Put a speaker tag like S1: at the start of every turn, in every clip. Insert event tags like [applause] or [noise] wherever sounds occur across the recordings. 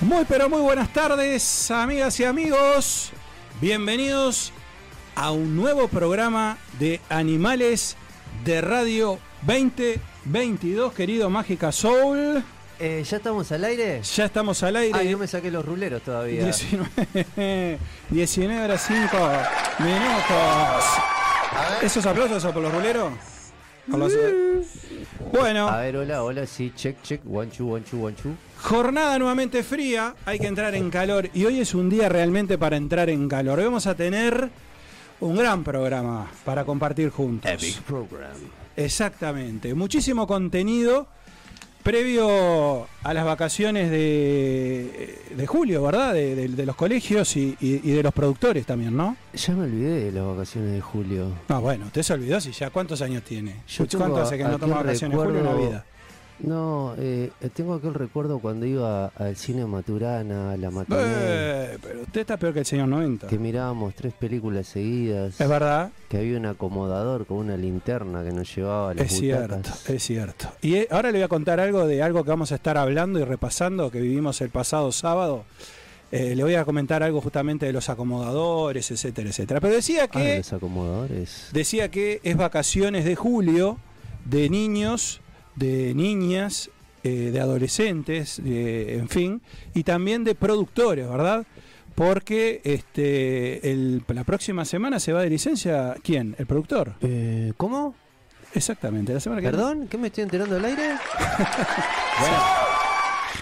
S1: Muy pero muy buenas tardes, amigas y amigos. Bienvenidos a un nuevo programa de Animales de Radio 2022, querido Mágica Soul.
S2: Eh, ¿Ya estamos al aire?
S1: Ya estamos al aire.
S2: Ay, no me saqué los ruleros todavía.
S1: [laughs] 19, 19 horas 5 minutos. ¿Esos aplausos son por los ruleros? Por los- Bueno,
S2: A ver, hola, hola, sí, check, check, one, two, one, two, one, two.
S1: Jornada nuevamente fría, hay que entrar en calor y hoy es un día realmente para entrar en calor. Hoy Vamos a tener un gran programa para compartir juntos.
S2: program.
S1: Exactamente, muchísimo contenido previo a las vacaciones de, de julio, ¿verdad? De, de- de los colegios y, y- y de los productores también, ¿no?
S2: Ya me olvidé de las vacaciones de julio.
S1: Ah, bueno, usted se olvidó si ya cuántos años tiene.
S2: Yo tengo
S1: ¿Cuánto hace que no
S2: aquel
S1: toma vacaciones julio en la
S2: recuerdo-
S1: vida?
S2: No, eh, tengo aquel recuerdo cuando iba al cine Maturana, a la Matané,
S1: Eh, pero usted está peor que el señor 90.
S2: que mirábamos tres películas seguidas,
S1: Es verdad,
S2: que había un acomodador con una linterna que nos llevaba a las
S1: Es cierto,
S2: butacas.
S1: es cierto. Y eh, ahora le voy a contar algo de algo que vamos a estar hablando y repasando que vivimos el pasado sábado. Eh, le voy a comentar algo justamente de los acomodadores, etcétera, etcétera. Pero decía
S2: Ah,
S1: que
S2: los acomodadores.
S1: decía que es vacaciones de julio de niños, de niñas, eh, de adolescentes, de- en fin, y también de productores, ¿verdad? Porque este el- la próxima semana se va de licencia quién, el productor.
S2: Eh, ¿Cómo?
S1: Exactamente, la semana que viene.
S2: ¿Perdón? ¿Qué me estoy enterando al aire?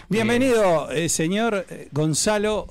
S1: Bienvenido, eh, señor eh, Gonzalo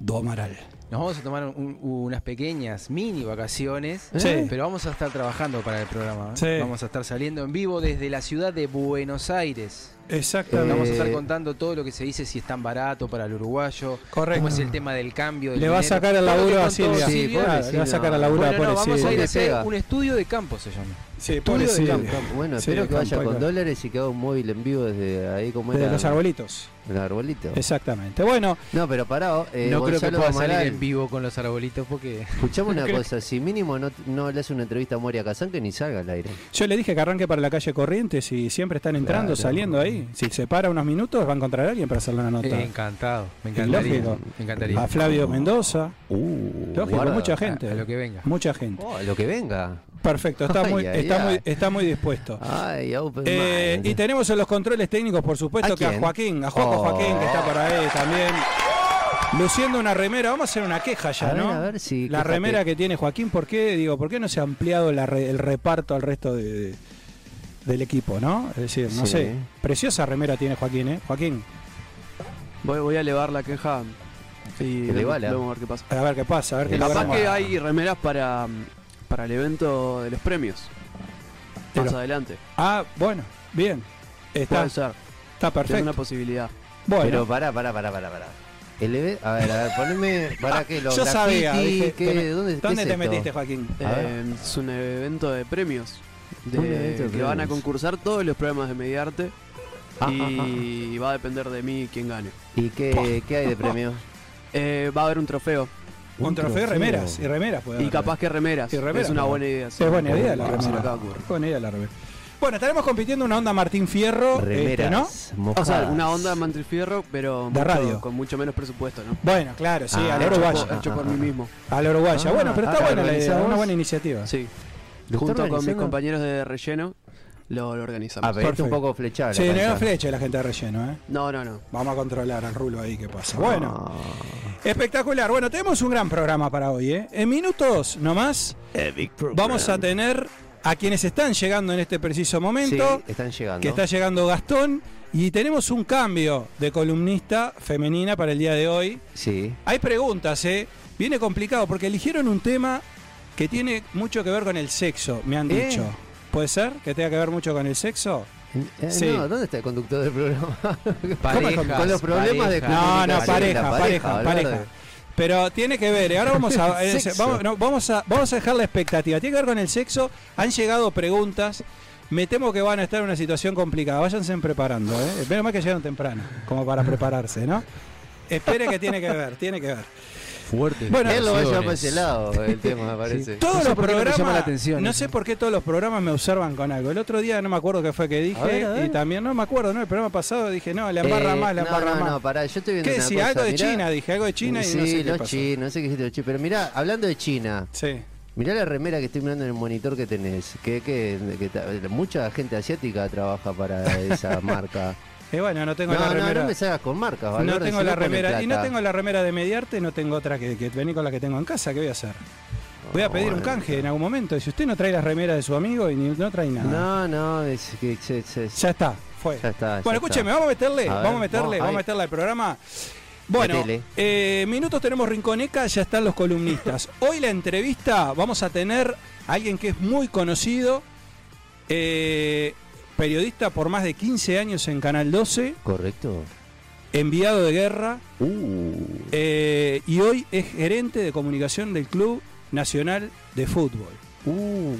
S1: Domaral.
S3: Nos vamos a tomar un- unas pequeñas mini vacaciones,
S1: Sí.
S3: pero vamos a estar trabajando para el programa. ¿eh?
S1: Sí.
S3: Vamos a estar saliendo en vivo desde la ciudad de Buenos Aires.
S1: Exactamente.
S3: Vamos a
S2: Eh.
S3: estar contando todo lo que se dice, si es tan barato para el uruguayo,
S1: Correcto.
S3: cómo es el tema del cambio. Del
S1: le va a
S3: dinero.
S1: sacar el
S3: Todo lo que
S1: laburo a
S3: contó
S1: Silvia.
S2: Sí,
S1: Claro,
S3: Silvia.
S2: pobre
S1: le va a
S2: Silvia.
S1: sacar el laburo
S3: Bueno,
S1: a
S3: no,
S1: pobre
S3: vamos a ir
S1: Silvia.
S3: a
S2: Porque pega.
S3: hacer un estudio de campo, se llama.
S1: Sí, pobre
S2: Estudio de
S1: Silvia.
S2: campo, campo. Bueno,
S1: Sí,
S2: espero que
S1: campo,
S2: vaya
S1: ahí
S2: con
S1: va.
S2: dólares y que haga un móvil en vivo desde ahí como
S1: De
S2: era.
S1: los arbolitos.
S2: El arbolito.
S1: Exactamente. Bueno,
S2: No, pero parado. Eh,
S3: no creo que
S2: Gonzalo
S3: pueda
S2: Amaral,
S3: salir en vivo con los arbolitos porque...
S1: [laughs]
S2: Escuchame una
S1: creo
S2: cosa, si mínimo no, no le hace una entrevista a Moria Kazan que ni salga al aire.
S1: yo le dije que arranque para la calle Corrientes y siempre están entrando,
S2: Claro.
S1: saliendo ahí. Si se para unos minutos va a encontrar a alguien para hacerle una nota.
S3: Eh, [laughs] encantado, me
S1: Es
S3: encantaría.
S1: lógico. Ah,
S3: Me encantaría.
S1: a Flavio Mendoza.
S2: Uh,
S1: Lógico,
S2: guarda.
S1: mucha gente. eh.
S3: a lo que venga.
S1: Mucha gente.
S2: Oh, a lo que venga.
S1: Perfecto, está,
S2: Ay,
S1: muy,
S2: ay,
S1: está,
S2: ay.
S1: Muy, está muy dispuesto.
S2: Ay, open
S1: Eh,
S2: mind.
S1: y tenemos en los controles técnicos, por supuesto,
S2: ¿A
S1: que a
S2: quién?
S1: Joaquín, a Juaco
S2: Oh.
S1: Joaquín, que está por ahí también. Luciendo una remera, vamos a hacer una queja ya,
S2: A ver,
S1: ¿no?
S2: a ver si-
S1: la
S2: quéjate.
S1: remera que tiene Joaquín, ¿por qué? Digo, ¿por qué no se ha ampliado la re- el reparto al resto de- de- del equipo, no? Es decir, no
S2: Sí.
S1: sé. Preciosa remera tiene Joaquín, ¿eh? Joaquín,
S4: Voy, voy a elevar la queja y
S2: Que le
S4: vemos-
S2: vale.
S4: vemos a ver qué pasa.
S1: a ver qué pasa, a ver qué
S2: Sí,
S4: Capaz
S1: logramos.
S4: que hay remeras para, mm, para el evento de los premios.
S1: Pero-
S4: Más adelante.
S1: Ah, bueno, bien. Está,
S4: Puede ser.
S1: está
S4: Es una
S1: perfecto.
S4: posibilidad.
S1: Bueno,
S2: Pero pará, pará, pará, pará, pará. El eve- A ver, a ver, poneme. ¿Para qué? Los
S1: yo sabía.
S2: graffiti,
S1: dije,
S2: ¿qué-
S1: te me-
S2: ¿Dónde, qué
S1: ¿Dónde
S2: es
S1: te
S2: esto?
S1: metiste, Joaquín?
S2: A ver.
S4: Eh, es un evento de premios. de-
S2: Un evento de
S4: que van a
S2: premios.
S4: concursar todos los programas de Mediarte.
S2: Ah,
S4: y va a depender de mí quién gane.
S2: ¿Y qué, qué hay de premio?
S1: Este,
S4: Eh, va a haber un trofeo.
S1: Un trofeo y remeras, y remeras. puede
S4: Y
S1: haber.
S4: capaz que remeras.
S1: Y remeras,
S4: es una
S1: ¿no?
S4: buena idea. sí.
S1: Es buena idea la
S4: Se me
S1: remera.
S4: acaba de ocurrir.
S1: Buena idea la remera. Bueno, estaremos compitiendo una onda Martín Fierro, este, ¿no?
S2: Remeras.
S4: O
S2: mojadas.
S4: sea, una onda Mantrifierro, pero mucho-
S1: radio.
S4: con mucho menos presupuesto, ¿no?
S1: Bueno, claro, sí,
S2: Ah,
S1: a la
S4: hecho,
S1: uruguaya.
S4: por, hecho por mí mismo.
S1: A la uruguaya.
S2: Ah,
S1: bueno, pero está
S2: ah,
S1: buena la idea,
S2: ¿organizamos?
S1: una buena iniciativa.
S4: Sí.
S2: ¿Lo está
S4: Junto con mis
S2: organizando?
S4: compañeros de relleno lo, lo organizamos.
S2: Ah, pero esto es un
S1: Perfecto.
S2: poco flechado.
S1: Sí, le da flecha a la gente de relleno, ¿eh?
S4: No, no, no.
S1: Vamos a controlar al rulo ahí que
S2: Ah.
S1: pasa. Bueno, espectacular. Bueno, tenemos un gran programa para hoy, ¿eh? En minutos nomás vamos a tener a quienes están llegando en este preciso momento.
S2: están llegando.
S1: que está llegando Gastón y tenemos un cambio de columnista femenina para el día de hoy.
S2: Sí.
S1: Hay preguntas, ¿eh? Viene complicado porque eligieron un tema que tiene mucho que ver con el sexo, me han
S2: ¿Eh?
S1: dicho. ¿Puede ser que tenga que ver mucho con el sexo?
S2: Eh,
S1: Sí.
S2: No, ¿dónde está el conductor del programa? [laughs]
S3: Parejas,
S2: Con los problemas de
S3: parejas.
S1: No, no,
S2: comunicación,
S1: pareja,
S2: la
S1: pareja,
S2: Bernardo.
S1: pareja. Pero tiene que ver, ¿eh? ahora vamos a,
S2: [laughs]
S1: eh,
S2: Sexo.
S1: vamos, no, vamos a vamos a dejar la expectativa. Tiene que ver con el sexo. Han llegado preguntas. Me temo que van a estar en una situación complicada. Váyanse preparando, ¿eh? Menos mal que llegaron temprano, como para prepararse, ¿no? Espere que tiene que ver, tiene que ver.
S5: fuertes.
S1: Bueno,
S2: Él lo va a llevar para
S5: declaraciones.
S2: ese
S1: [laughs]
S2: lado, el tema, me parece.
S3: No
S1: Todos
S3: sé
S1: los
S3: por qué no te
S1: programas,
S3: llama la atención
S1: no
S3: eso.
S1: sé por qué todos los programas me observan con algo. El otro día no me acuerdo qué fue que dije
S2: A ver, a ver.
S1: y también no me acuerdo, no, el programa pasado dije, no, la embarra
S2: Eh,
S1: más, la
S2: no,
S1: embarra
S2: no,
S1: más.
S2: No, pará, yo estoy viendo
S1: ¿Qué
S2: una
S1: decía?
S2: cosa,
S1: Algo de
S2: mirá.
S1: China, dije algo de China y
S2: sí,
S1: no sé qué
S2: los
S1: pasó.
S2: chinos, no sé qué dijiste los chinos. Pero mirá, hablando de China,
S1: Sí.
S2: mirá la remera que estoy mirando en el monitor que tenés. Que, que, que ta- mucha gente asiática trabaja para
S1: [laughs]
S2: esa marca.
S1: Eh, bueno, no tengo
S2: no,
S1: la
S2: no,
S1: remera.
S2: no me salgas con marcas,
S1: No
S2: Valverde,
S1: tengo
S2: si
S1: la
S2: pones
S1: remera. Y no
S2: plata.
S1: tengo la remera de Mediarte, no tengo otra que, que vení con la que tengo en casa. ¿Qué voy a hacer? Voy a
S2: No,
S1: pedir un
S2: bueno.
S1: canje en algún momento. Y si usted no trae la remera de su amigo y ni- no trae nada.
S2: No, no, es que se- se-
S1: Ya está, fue.
S2: ya está.
S1: Bueno,
S2: ya
S1: escúcheme,
S2: está.
S1: vamos a meterle,
S2: A ver,
S1: vamos a meterle,
S2: vamos,
S1: vamos a
S2: ahí.
S1: meterle al programa. Bueno,
S2: Metele.
S1: eh, minutos tenemos Rinconeca, ya están los
S2: [laughs]
S1: columnistas. Hoy la entrevista vamos a tener a alguien que es muy conocido, eh, periodista por más de 15 años en Canal 12,
S2: Correcto.
S1: enviado de guerra,
S2: Uh,
S1: eh, y hoy es gerente de comunicación del Club Nacional de Fútbol.
S2: uh.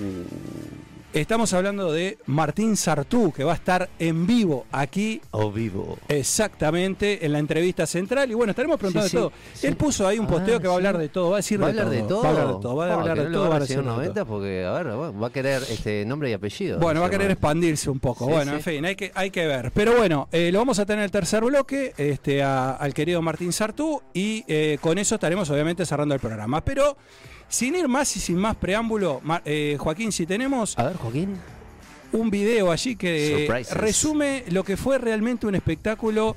S1: Estamos hablando de Martín Sartú, que va a estar en vivo aquí
S2: O vivo.
S1: Exactamente, en la entrevista central. Y bueno, estaremos preguntando
S2: Sí,
S1: de
S2: sí,
S1: todo.
S2: sí.
S1: Él puso ahí un posteo
S2: Ah,
S1: que va a hablar
S2: sí.
S1: de todo, va a decir
S2: ¿Va a
S1: de,
S2: hablar de
S1: todo,
S2: todo?
S1: Va a hablar de todo, va a
S2: No,
S1: hablar
S2: que
S1: de
S2: no
S1: todo. va a
S2: lo agarre
S1: decir de
S2: señor
S1: todo.
S2: 90 porque, a ver, va va a querer este nombre y apellido.
S1: Bueno, va a
S2: señor
S1: querer
S2: 90.
S1: expandirse un poco.
S2: Sí,
S1: bueno,
S2: sí.
S1: en fin, hay que, hay que ver. Pero bueno, eh, lo vamos a tener en el tercer bloque este, a- al querido Martín Sartú y eh, con eso estaremos obviamente cerrando el programa. Pero sin ir más y sin más preámbulo, Ma- eh, Joaquín, si tenemos
S2: A ver, Joaquín.
S1: un video allí que
S2: Ah. Surprises.
S1: resume lo que fue realmente un espectáculo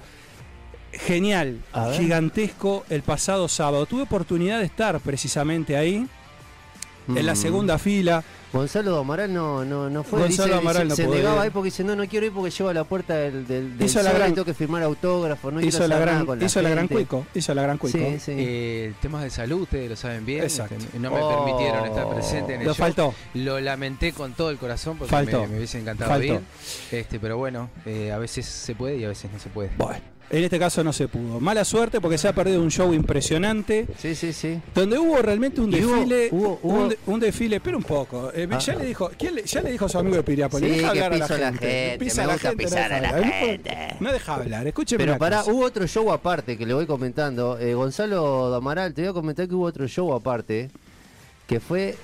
S1: genial,
S2: A ver.
S1: gigantesco el pasado sábado. Tuve oportunidad de estar precisamente ahí, en la
S2: Mm.
S1: segunda fila.
S2: Gonzalo Amaral no, no, no fue.
S1: Gonzalo
S2: dice-
S1: Amaral
S2: dice-
S1: no
S2: se
S1: pudo
S2: negaba
S1: ir.
S2: ahí porque dice, no, no quiero ir porque llevo a la puerta del, del, del
S1: Hizo la
S2: sol y
S1: gran-
S2: tengo que firmar autógrafo, no quiero
S1: hizo la
S2: hacer nada
S1: gran,
S2: con
S1: hizo la gran
S2: gente".
S1: cuico, hizo la gran cuico.
S2: Sí, sí.
S3: Eh, temas de salud, ustedes lo saben bien.
S1: Exacto.
S3: este, No me
S2: Oh.
S3: permitieron estar presente en el
S1: Lo
S3: show.
S1: faltó.
S3: Lo lamenté con todo el corazón porque
S1: Faltó.
S3: Me, me hubiese encantado
S1: Faltó.
S3: ir. Este, pero bueno, eh, a veces se puede y a veces no se puede.
S1: Bueno, en este caso no se pudo. Mala suerte porque se ha perdido un show impresionante.
S2: sí, sí, sí.
S1: Donde hubo realmente un
S2: Y hubo-
S1: desfile,
S2: hubo- hubo-
S1: Un, de- un desfile, pero un poco. Eh,
S2: Ah.
S1: ya le dijo, ¿quién le- ya le dijo a su amigo de Piriápolis,
S2: Sí,
S1: deja
S2: que
S1: hablar a la
S2: piso a la
S1: gente.
S2: gente,
S1: Pisa
S2: me
S1: a la
S2: gusta
S1: gente, no
S2: pisar
S1: deja
S2: a la
S1: hablar.
S2: gente.
S1: No deja hablar, escúcheme.
S2: Pero
S1: una
S2: pará,
S1: cosa.
S2: hubo otro show aparte que le voy comentando. Eh, Gonzalo Amaral, te voy a comentar que hubo otro show aparte que fue.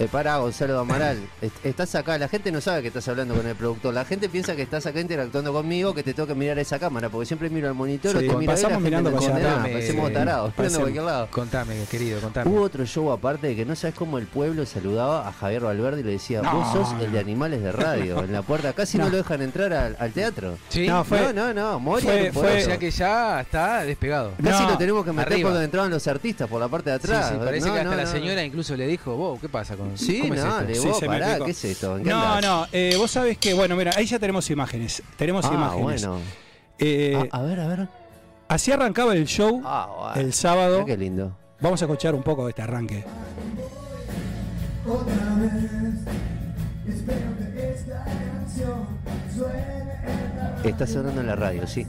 S2: Eh, pará,
S1: [laughs]
S2: Gonzalo Amaral, est- estás acá. La gente no sabe que estás hablando con el productor. La gente piensa que estás acá interactuando conmigo, que te tengo que mirar a esa cámara, porque siempre miro al monitor.
S1: Sí,
S2: te miro ahí, la
S1: pasamos
S2: gente
S1: mirando
S2: no
S1: para
S2: entiende
S1: allá.
S2: nada, Parecemos
S3: Eh,
S2: tarados, mirando a
S1: parecemos.
S2: cualquier lado.
S3: Contame, querido, contame.
S2: Hubo otro show aparte de que no sabes cómo el pueblo saludaba a Javier Valverde y le decía,
S1: No,
S2: vos sos
S1: no.
S2: el de animales de radio, en la puerta. Casi no,
S1: No.
S2: lo dejan entrar al, al teatro.
S3: Sí,
S1: No, fue-
S2: no, no, no, Moria
S1: fue-
S2: era un
S1: fue-
S2: poderoso.
S3: o sea que ya está despegado.
S2: Casi
S1: No,
S2: lo tenemos que meter
S3: arriba.
S2: por donde entraban los artistas, por la parte de
S3: Sí,
S2: atrás.
S3: sí, parece
S2: No,
S3: que hasta
S2: no,
S3: la
S2: no.
S3: señora incluso le dijo, vos, ¿qué pasa con
S2: Sí,
S3: cómo es
S2: no,
S3: esto?"
S2: le
S1: Sí,
S2: vos,
S1: se me
S2: pará,
S1: picó.
S2: ¿qué es esto? ¿En qué
S1: No,
S2: andás?
S1: no, eh, vos sabés que, bueno, mira, ahí ya tenemos imágenes. Tenemos
S2: Ah,
S1: imágenes.
S2: bueno.
S1: Eh,
S2: Ah, a ver, a ver.
S1: Así arrancaba el show
S2: Ah, bueno.
S1: el
S2: Mirá
S1: sábado.
S2: qué lindo.
S1: Vamos a escuchar un poco de este arranque.
S6: Otra vez, espero que esta canción suene en la radio.
S2: Está sonando en la radio, sí.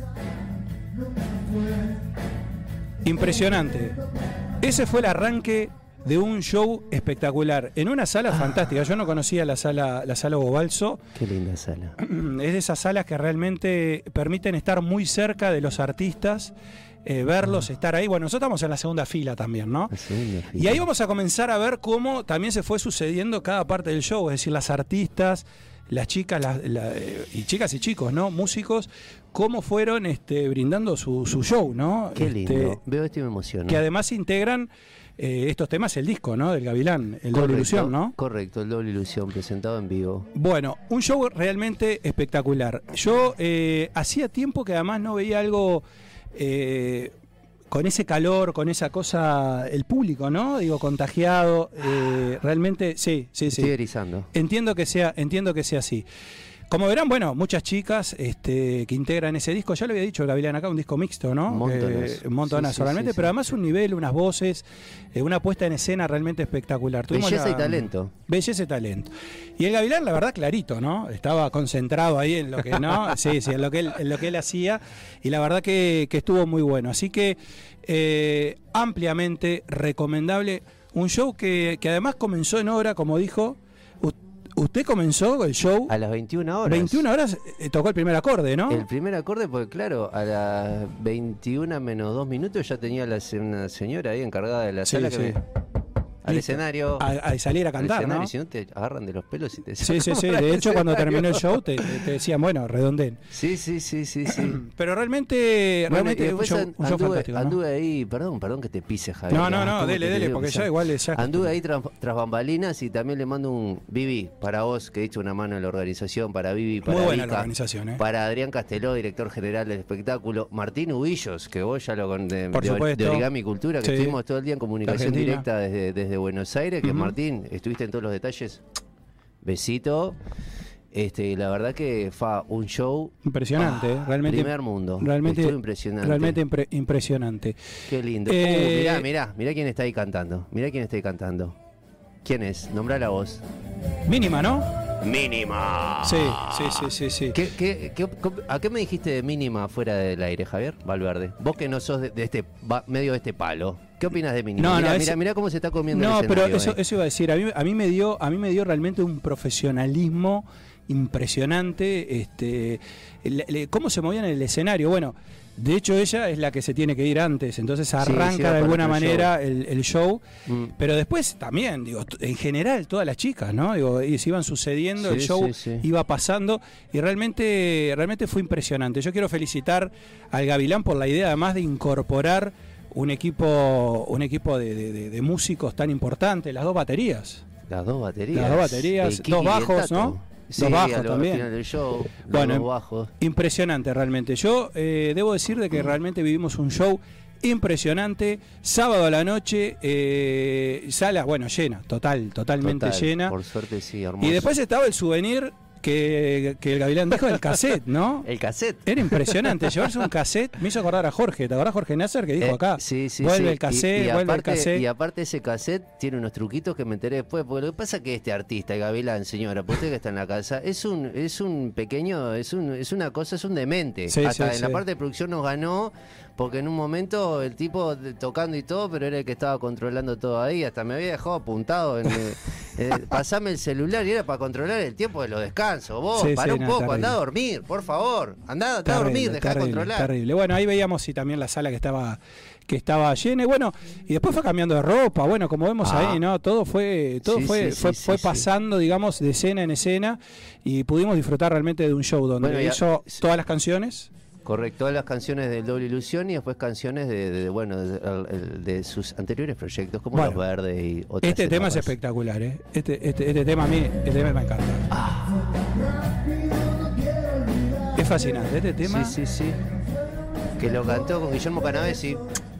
S6: Nunca fue
S1: Impresionante. Ese fue el arranque de un show espectacular en una sala fantástica. Yo no conocía la sala la sala Bobalso.
S2: Qué linda sala.
S1: es de esas salas que realmente permiten estar muy cerca de los artistas, eh, verlos, estar ahí. Bueno, nosotros estamos en la segunda fila también, ¿no?
S2: La segunda fila.
S1: Y ahí vamos a comenzar a ver cómo también se fue sucediendo cada parte del show, es decir, las artistas, las chicas, las, la- eh, y chicas y chicos, ¿no? Músicos, cómo fueron este, brindando su, su show, ¿no?
S2: Qué
S1: Este,
S2: lindo. Veo esto y me emociono.
S1: que además integran eh, estos temas el disco, ¿no? Del Gavilán, el de
S2: Correcto,
S1: Ilusión, ¿no?
S2: Correcto, el doble ilusión presentado en vivo.
S1: Bueno, un show realmente espectacular. Yo eh, hacía tiempo que además no veía algo eh, con ese calor, con esa cosa, el público, ¿no? Digo, contagiado. eh, realmente, sí, sí,
S2: Estoy
S1: sí.
S2: erizando.
S1: Entiendo que sea, entiendo que sea así. Como verán, bueno, muchas chicas este, que integran ese disco, ya lo había dicho Gavilán acá, un disco mixto, ¿no? Eh,
S2: Montones.
S1: un montonazo
S2: Sí, sí,
S1: realmente,
S2: sí, sí.
S1: pero además un nivel, unas voces, eh, una puesta en escena realmente espectacular. Tuvimos
S2: Belleza
S1: la-
S2: y talento.
S1: Belleza y talento. Y el Gavilán, la verdad, clarito, ¿no? Estaba concentrado ahí en lo que no, sí, sí, en lo que él, en lo que él hacía. Y la verdad que, que estuvo muy bueno. Así que eh, ampliamente recomendable. Un show que, que además comenzó en hora, como dijo. U- usted comenzó el show
S2: A las 21 horas.
S1: 21 horas, eh, tocó el primer acorde, Uh. ¿no?
S2: El primer acorde, porque claro, a las 21 menos 2 minutos ya tenía la, se- una señora ahí encargada de la
S1: Sí,
S2: sala
S1: sí.
S2: que me- al
S1: Listo.
S2: escenario.
S1: A, a salir a
S2: al
S1: cantar,
S2: escenario,
S1: ¿no?
S2: Si no te agarran de los pelos y te
S1: Sí, sí,
S2: sacan
S1: sí.
S2: para
S1: De hecho, cuando
S2: escenario.
S1: terminó el show te, te decían, bueno, redondén.
S2: Sí, sí, sí, sí, sí. Bueno,
S1: Pero realmente,
S2: y
S1: realmente es un
S2: después
S1: show,
S2: an-
S1: un show
S2: anduve,
S1: fantástico. ¿no?
S2: anduve ahí, perdón, perdón que te pise, Javier.
S1: No, no,
S2: ah,
S1: no,
S2: ¿cómo
S1: dele,
S2: te
S1: dele,
S2: digo
S1: porque
S2: que
S1: ya
S2: son?
S1: igual es ya.
S2: Anduve ahí tras, tras bambalinas y también le mando un Vivi para vos, que he hecho una mano en la organización, para Vivi, para
S1: Muy buena la
S2: Vika,
S1: organización, ¿eh?
S2: para Adrián Casteló, director general del espectáculo, Martín Ubillos, que vos ya lo con de,
S1: Por
S2: de-
S1: supuesto.
S2: de Origami Cultura, que
S1: Sí.
S2: estuvimos todo el día en comunicación
S1: Argentina.
S2: directa desde, desde Buenos Aires, que
S1: Ujú.
S2: Martín, estuviste en todos los detalles. Besito. Este, la verdad que fue un show
S1: Impresionante,
S2: Ah,
S1: eh, realmente.
S2: Primer mundo.
S1: Realmente,
S2: Estuvo impresionante.
S1: realmente impre- impresionante.
S2: Qué lindo.
S1: Eh,
S2: Uh, mirá, mirá, mirá quién está ahí cantando. Mirá quién está ahí cantando. ¿Quién es? Nombrá la voz.
S1: Mínima, ¿no?
S2: Mínima.
S1: Sí, sí, sí, sí, sí.
S2: Ah. ¿Qué- qué- qué- cómo- ¿A qué me dijiste de mínima fuera del aire, Javier? Valverde. Vos que no sos de, de este va- medio de este palo. ¿Qué opinas de mínima?
S1: No,
S2: mirá,
S1: no,
S2: mirá,
S1: ese-
S2: mirá cómo se está comiendo
S1: No,
S2: el
S1: pero
S2: escenario,
S1: eso,
S2: eh.
S1: eso iba a decir, a mí, a mí me dio, a mí me dio realmente un profesionalismo impresionante, este, el- el- cómo se movían en el escenario. Bueno, de hecho ella es la que se tiene que ir antes, entonces
S2: sí, va
S1: arranca de
S2: para
S1: alguna
S2: otro
S1: manera el, el show,
S2: Mm.
S1: pero después también, digo, t- en general todas las chicas, ¿no? Digo, y se iban sucediendo, el
S2: Sí,
S1: show
S2: sí, sí.
S1: iba pasando y realmente, realmente fue impresionante. Yo quiero felicitar al Gavilán por la idea además de incorporar un equipo, un equipo de, de- de- de músicos tan importante, las dos baterías.
S2: Las dos baterías.
S1: Las dos baterías,
S2: El
S1: dos
S2: Kiki y el
S1: bajos,
S2: Tato.
S1: ¿no?
S2: Sí,
S1: Dos bajos
S2: a lo- al
S1: también.
S2: final del show, los
S1: Bueno,
S2: dos bajos.
S1: Impresionante realmente. Yo eh, debo decir de
S2: Mm.
S1: que realmente vivimos un show impresionante. Sábado a la noche, eh, sala, bueno, llena, total, totalmente
S2: Total,
S1: llena.
S2: Por suerte sí, hermoso.
S1: Y después estaba el souvenir que, que el Gavilán dijo, el cassette,
S2: [laughs]
S1: ¿no?
S2: el cassette.
S1: Era impresionante, llevarse un cassette me hizo acordar a Jorge, ¿te acordás Jorge Nasser que dijo
S2: Eh,
S1: acá?
S2: sí, sí,
S1: vuelve
S2: sí.
S1: el cassette,
S2: Y- y
S1: vuelve el
S2: aparte-
S1: cassette.
S2: Y aparte ese cassette tiene unos truquitos que me enteré después, porque lo que pasa es que este artista, el Gavilán, señora, por usted que está en la casa, es un, es un pequeño, es un, es una cosa, es un demente.
S1: Sí,
S2: Hasta
S1: sí,
S2: en la
S1: sí.
S2: parte de producción nos ganó, porque en un momento el tipo de- tocando y todo, pero era el que estaba controlando todo ahí, hasta me había dejado apuntado en
S1: [laughs]
S2: eh, eh, pasame el celular y era para controlar el tiempo de los descansos. Vos,
S1: Sí,
S2: pará
S1: sí,
S2: un
S1: no,
S2: poco,
S1: terrible.
S2: andá a dormir, por favor. Andá, andá a dormir, dejá de
S1: terrible,
S2: controlar.
S1: terrible. Bueno, ahí veíamos y también la sala que estaba que estaba llena y bueno, y después fue cambiando de ropa, bueno, como vemos
S2: Ah.
S1: ahí, ¿no? Todo fue todo
S2: Sí,
S1: fue
S2: sí, sí,
S1: fue,
S2: sí,
S1: fue
S2: sí.
S1: pasando, digamos, de escena en escena y pudimos disfrutar realmente de un show donde
S2: Bueno, y a-
S1: hizo todas las canciones.
S2: Correcto, todas las canciones del Doble Ilusión y después canciones de, de- bueno de, de sus anteriores proyectos como
S1: Bueno,
S2: Los Verdes y otras.
S1: Este tema es
S2: etapas.
S1: espectacular, ¿eh? Este, este, este tema a mí este tema me encanta. Es fascinante este tema.
S2: Sí, sí, sí. Que lo cantó con Guillermo Canavesi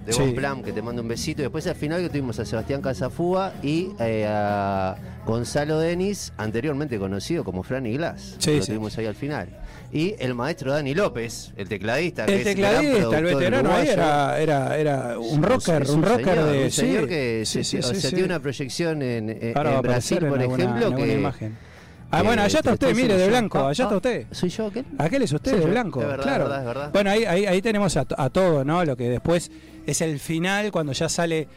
S2: de
S1: Sí.
S2: Bon Plan, que te mando un besito. Y después al final que tuvimos a Sebastián Casafuga y eh, a Gonzalo Denis, anteriormente conocido como Franny Glass.
S1: Sí,
S2: lo
S1: sí.
S2: tuvimos ahí al final. Y el maestro Dani López, el tecladista. que
S1: El
S2: es gran
S1: tecladista, el
S2: productor
S1: veterano ahí
S2: uruguayo.
S1: era, era, era un rocker,
S2: Es
S1: un, rocker
S2: señor,
S1: de.
S2: un
S1: sí,
S2: señor que
S1: sí,
S2: se,
S1: sí,
S2: o
S1: sí,
S2: sea,
S1: sí.
S2: tiene una proyección en, en-
S1: Ahora va a
S2: en Brasil,
S1: aparecer en
S2: por
S1: alguna-
S2: ejemplo.
S1: en alguna
S2: que,
S1: imagen. Ah,
S2: que
S1: bueno, allá está
S2: lo
S1: usted, mire,
S2: haciendo
S1: de
S2: yo.
S1: blanco,
S2: Ah,
S1: allá está
S2: ah,
S1: usted.
S2: ¿Soy yo aquel?
S1: Aquel es usted,
S2: Sí,
S1: de
S2: yo-
S1: blanco,
S2: es verdad,
S1: claro.
S2: es verdad, es verdad.
S1: Bueno, ahí, ahí, ahí tenemos a, a todo, ¿no? Lo que después es el final, cuando ya sale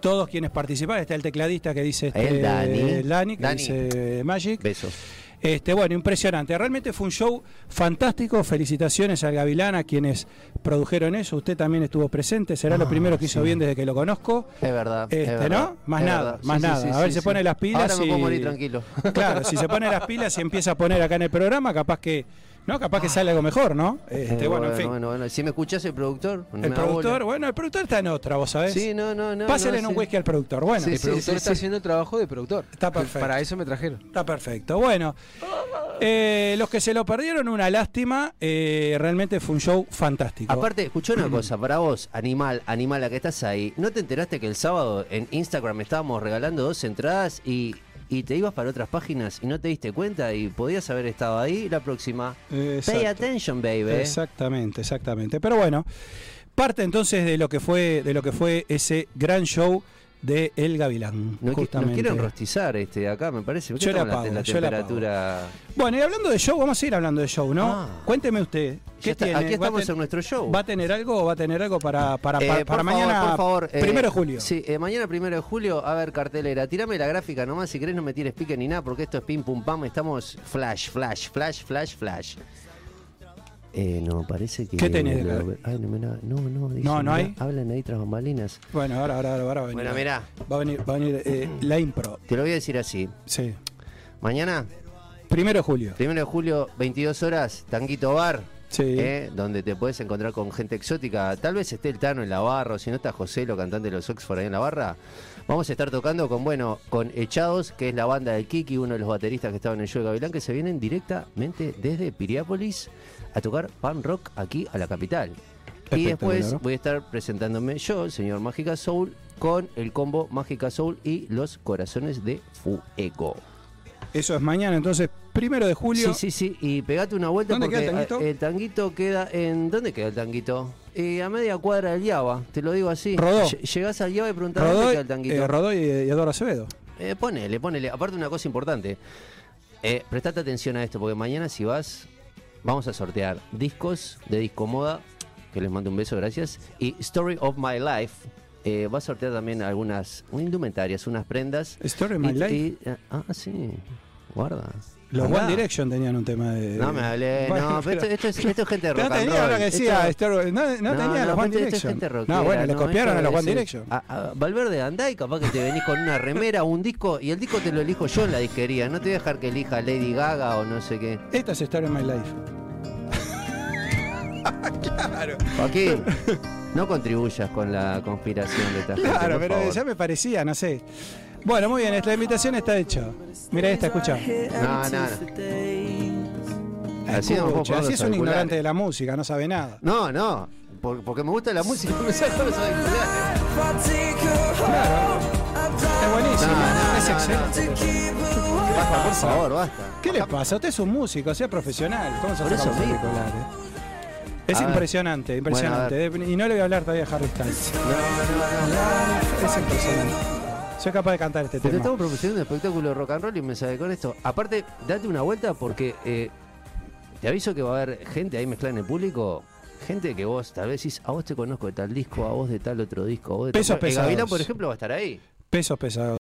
S1: todos quienes participan. Está el tecladista que dice este,
S2: El Dani.
S1: el Dani, que
S2: Dani.
S1: dice Magic.
S2: Beso.
S1: Este, bueno, impresionante. Realmente fue un show fantástico. Felicitaciones al Gavilán, a quienes produjeron eso. Usted también estuvo presente. Será
S2: Ah,
S1: lo primero que hizo bien desde que lo conozco.
S2: Es verdad. es
S1: Este,
S2: verdad,
S1: ¿no? Más
S2: es
S1: nada,
S2: verdad.
S1: más nada. A ver, se pone las pilas
S2: Ahora me puedo
S1: y-
S2: morir tranquilo.
S1: Claro, si se pone las pilas y empieza a poner acá en el programa, capaz que, no, capaz que sale algo mejor, ¿no? Este,
S2: Eh,
S1: bueno, en fin.
S2: bueno, bueno. Si me escuchás el productor,
S1: el productor, bueno, el productor está en otra, vos sabés.
S2: Sí, no, no, no.
S1: Pásenle
S2: no,
S1: un
S2: sí.
S1: whisky al productor. Bueno,
S2: Sí,
S3: El productor
S2: sí,
S3: está
S2: sí.
S3: haciendo el trabajo de productor.
S1: Está perfecto.
S3: Para eso me trajeron.
S1: Está perfecto. Bueno, eh, los que se lo perdieron, una lástima. eh, realmente fue un show fantástico.
S2: Aparte, escuchá
S1: [clears throat]
S2: una cosa, para vos, animal, animal, a que estás ahí, ¿no te enteraste que el sábado en Instagram estábamos regalando dos entradas y, y te ibas para otras páginas y no te diste cuenta y podías haber estado ahí la próxima?
S1: Exacto.
S2: Pay attention, baby.
S1: Exactamente, exactamente. Pero bueno, parte entonces de lo que fue, de lo que fue ese gran show de El Gavilán.
S2: No, qui- nos
S1: justamente.
S2: quieren rostizar este acá, me parece. ¿Por qué
S1: Yo la
S2: estamos en
S1: apago,
S2: la,
S1: yo la apago.
S2: temperatura.
S1: Bueno, y hablando de show, vamos a ir hablando de show, ¿no?
S2: Ah.
S1: Cuénteme usted,
S2: Ya
S1: ¿qué
S2: está,
S1: tiene?
S2: aquí
S1: ¿Va a
S2: estamos
S1: ten-
S2: en nuestro show.
S1: ¿Va a tener algo o va a tener algo para, para,
S2: Eh,
S1: para,
S2: por
S1: para
S2: favor,
S1: mañana?
S2: por favor, eh,
S1: primero de julio.
S2: Sí, eh, mañana primero de julio, a ver, cartelera, tirame la gráfica nomás, si querés no me tires pique ni nada, porque esto es pim pum pam, estamos flash, flash, flash, flash, flash. Eh, no, parece que...
S1: ¿Qué tenés de
S2: no,
S1: gráfica?
S2: ay, no, mirá, no, no, dice,
S1: No, no
S2: mirá,
S1: hay.
S2: Hablan ahí tras bambalinas.
S1: Bueno, ahora, ahora, ahora va a venir.
S2: Bueno, mirá.
S1: Va a venir, va a venir
S2: [clears throat]
S1: eh, la impro.
S2: Te lo voy a decir así.
S1: Sí.
S2: Mañana,
S1: Primero de julio.
S2: primero de julio, 22 horas, Tanguito Bar.
S1: Sí.
S2: eh, donde te puedes encontrar con gente exótica. Tal vez esté el Tano en la barra, o si no está José, lo cantante de los Oxford ahí en la barra. Vamos a estar tocando con, bueno, con Echados, que es la banda del Kiki, uno de los bateristas que estaba en el show de Gavilán, que se vienen directamente desde Piriápolis a tocar pan rock aquí a la capital. Y después
S1: Espectacular.
S2: voy a estar presentándome yo, el señor Mágica Soul, con el combo Mágica Soul y los corazones de Fuego.
S1: Eso es mañana, entonces, primero de julio.
S2: Sí, sí, sí. Y pegate una vuelta
S1: ¿Dónde
S2: porque
S1: queda el tanguito?
S2: eh, el tanguito queda en. ¿Dónde queda el tanguito? Eh, a media cuadra del Yaba, te lo digo así.
S1: Rodó.
S2: Lle- Llegás al Yaba y preguntás dónde
S1: Rodó,
S2: queda el tanguito.
S1: eh, Rodó y, y Eduardo Acevedo.
S2: Eh, ponele, ponele. Aparte, una cosa importante. Eh, prestate atención a esto, porque mañana, si vas, vamos a sortear discos de Disco Moda, que les mando un beso, gracias. Y Story of My Life. Eh, va a sortear también algunas indumentarias, unas prendas.
S1: Story of My
S2: Y-
S1: Life.
S2: y- ah, sí. Guarda.
S1: Los
S2: Andá.
S1: One Direction tenían un tema de.
S2: No me hablé,
S1: Bueno,
S2: no, pero esto, esto es, esto es gente de
S1: Pero
S2: rock and
S1: tenía
S2: roll.
S1: lo que decía Star- no, no,
S2: No,
S1: tenía
S2: no,
S1: los
S2: pero
S1: One
S2: esto- esto es
S1: Direction.
S2: gente rockera,
S1: no, bueno, le
S2: no,
S1: copiaron
S2: esto
S1: a los
S2: es- Ah.
S1: One Direction.
S2: a- a Valverde andá y capaz que te venís con una remera o un disco y el disco te lo elijo yo en la disquería. No te voy a dejar que elija Lady Gaga o no sé qué.
S1: Esta es Story of My Life.
S2: [laughs] Joaquín, no contribuyas con la conspiración de esta gente.
S1: Claro,
S2: por
S1: pero
S2: favor.
S1: ya me parecía, no sé. Bueno, muy bien, esta invitación está hecha. Mira esta, escucha.
S2: No, no, no. Así no me
S1: Escucha,
S2: puedo poner
S1: así es
S2: los
S1: un
S2: auriculares.
S1: ignorante de la música, no sabe nada.
S2: No, no. por- porque me gusta la música, [laughs] me saco los auriculares.
S1: Claro. Es buenísimo, es excelente.
S2: Basta, por favor, basta.
S1: ¿Qué le pasa? Usted es un músico, sea profesional. ¿Cómo se
S2: Por
S1: saca
S2: eso
S1: los
S2: mismo.
S1: auriculares? Es
S2: A ver.
S1: impresionante, impresionante. y no le voy a hablar todavía a Harry Styles.
S2: No, no, no.
S1: Es impresionante. Soy capaz de cantar este
S2: Pero
S1: tema.
S2: estamos promocionando un espectáculo de rock and roll y me sale con esto. Aparte, date una vuelta porque eh, te aviso que va a haber gente ahí mezclada en el público. Gente que vos tal vez decís, a vos te conozco de tal disco, a vos de tal otro disco, a vos de tal-
S1: Pesos
S2: Eh, Gavilán,
S1: pesados.
S2: por ejemplo, va a estar ahí.
S1: Pesos pesados.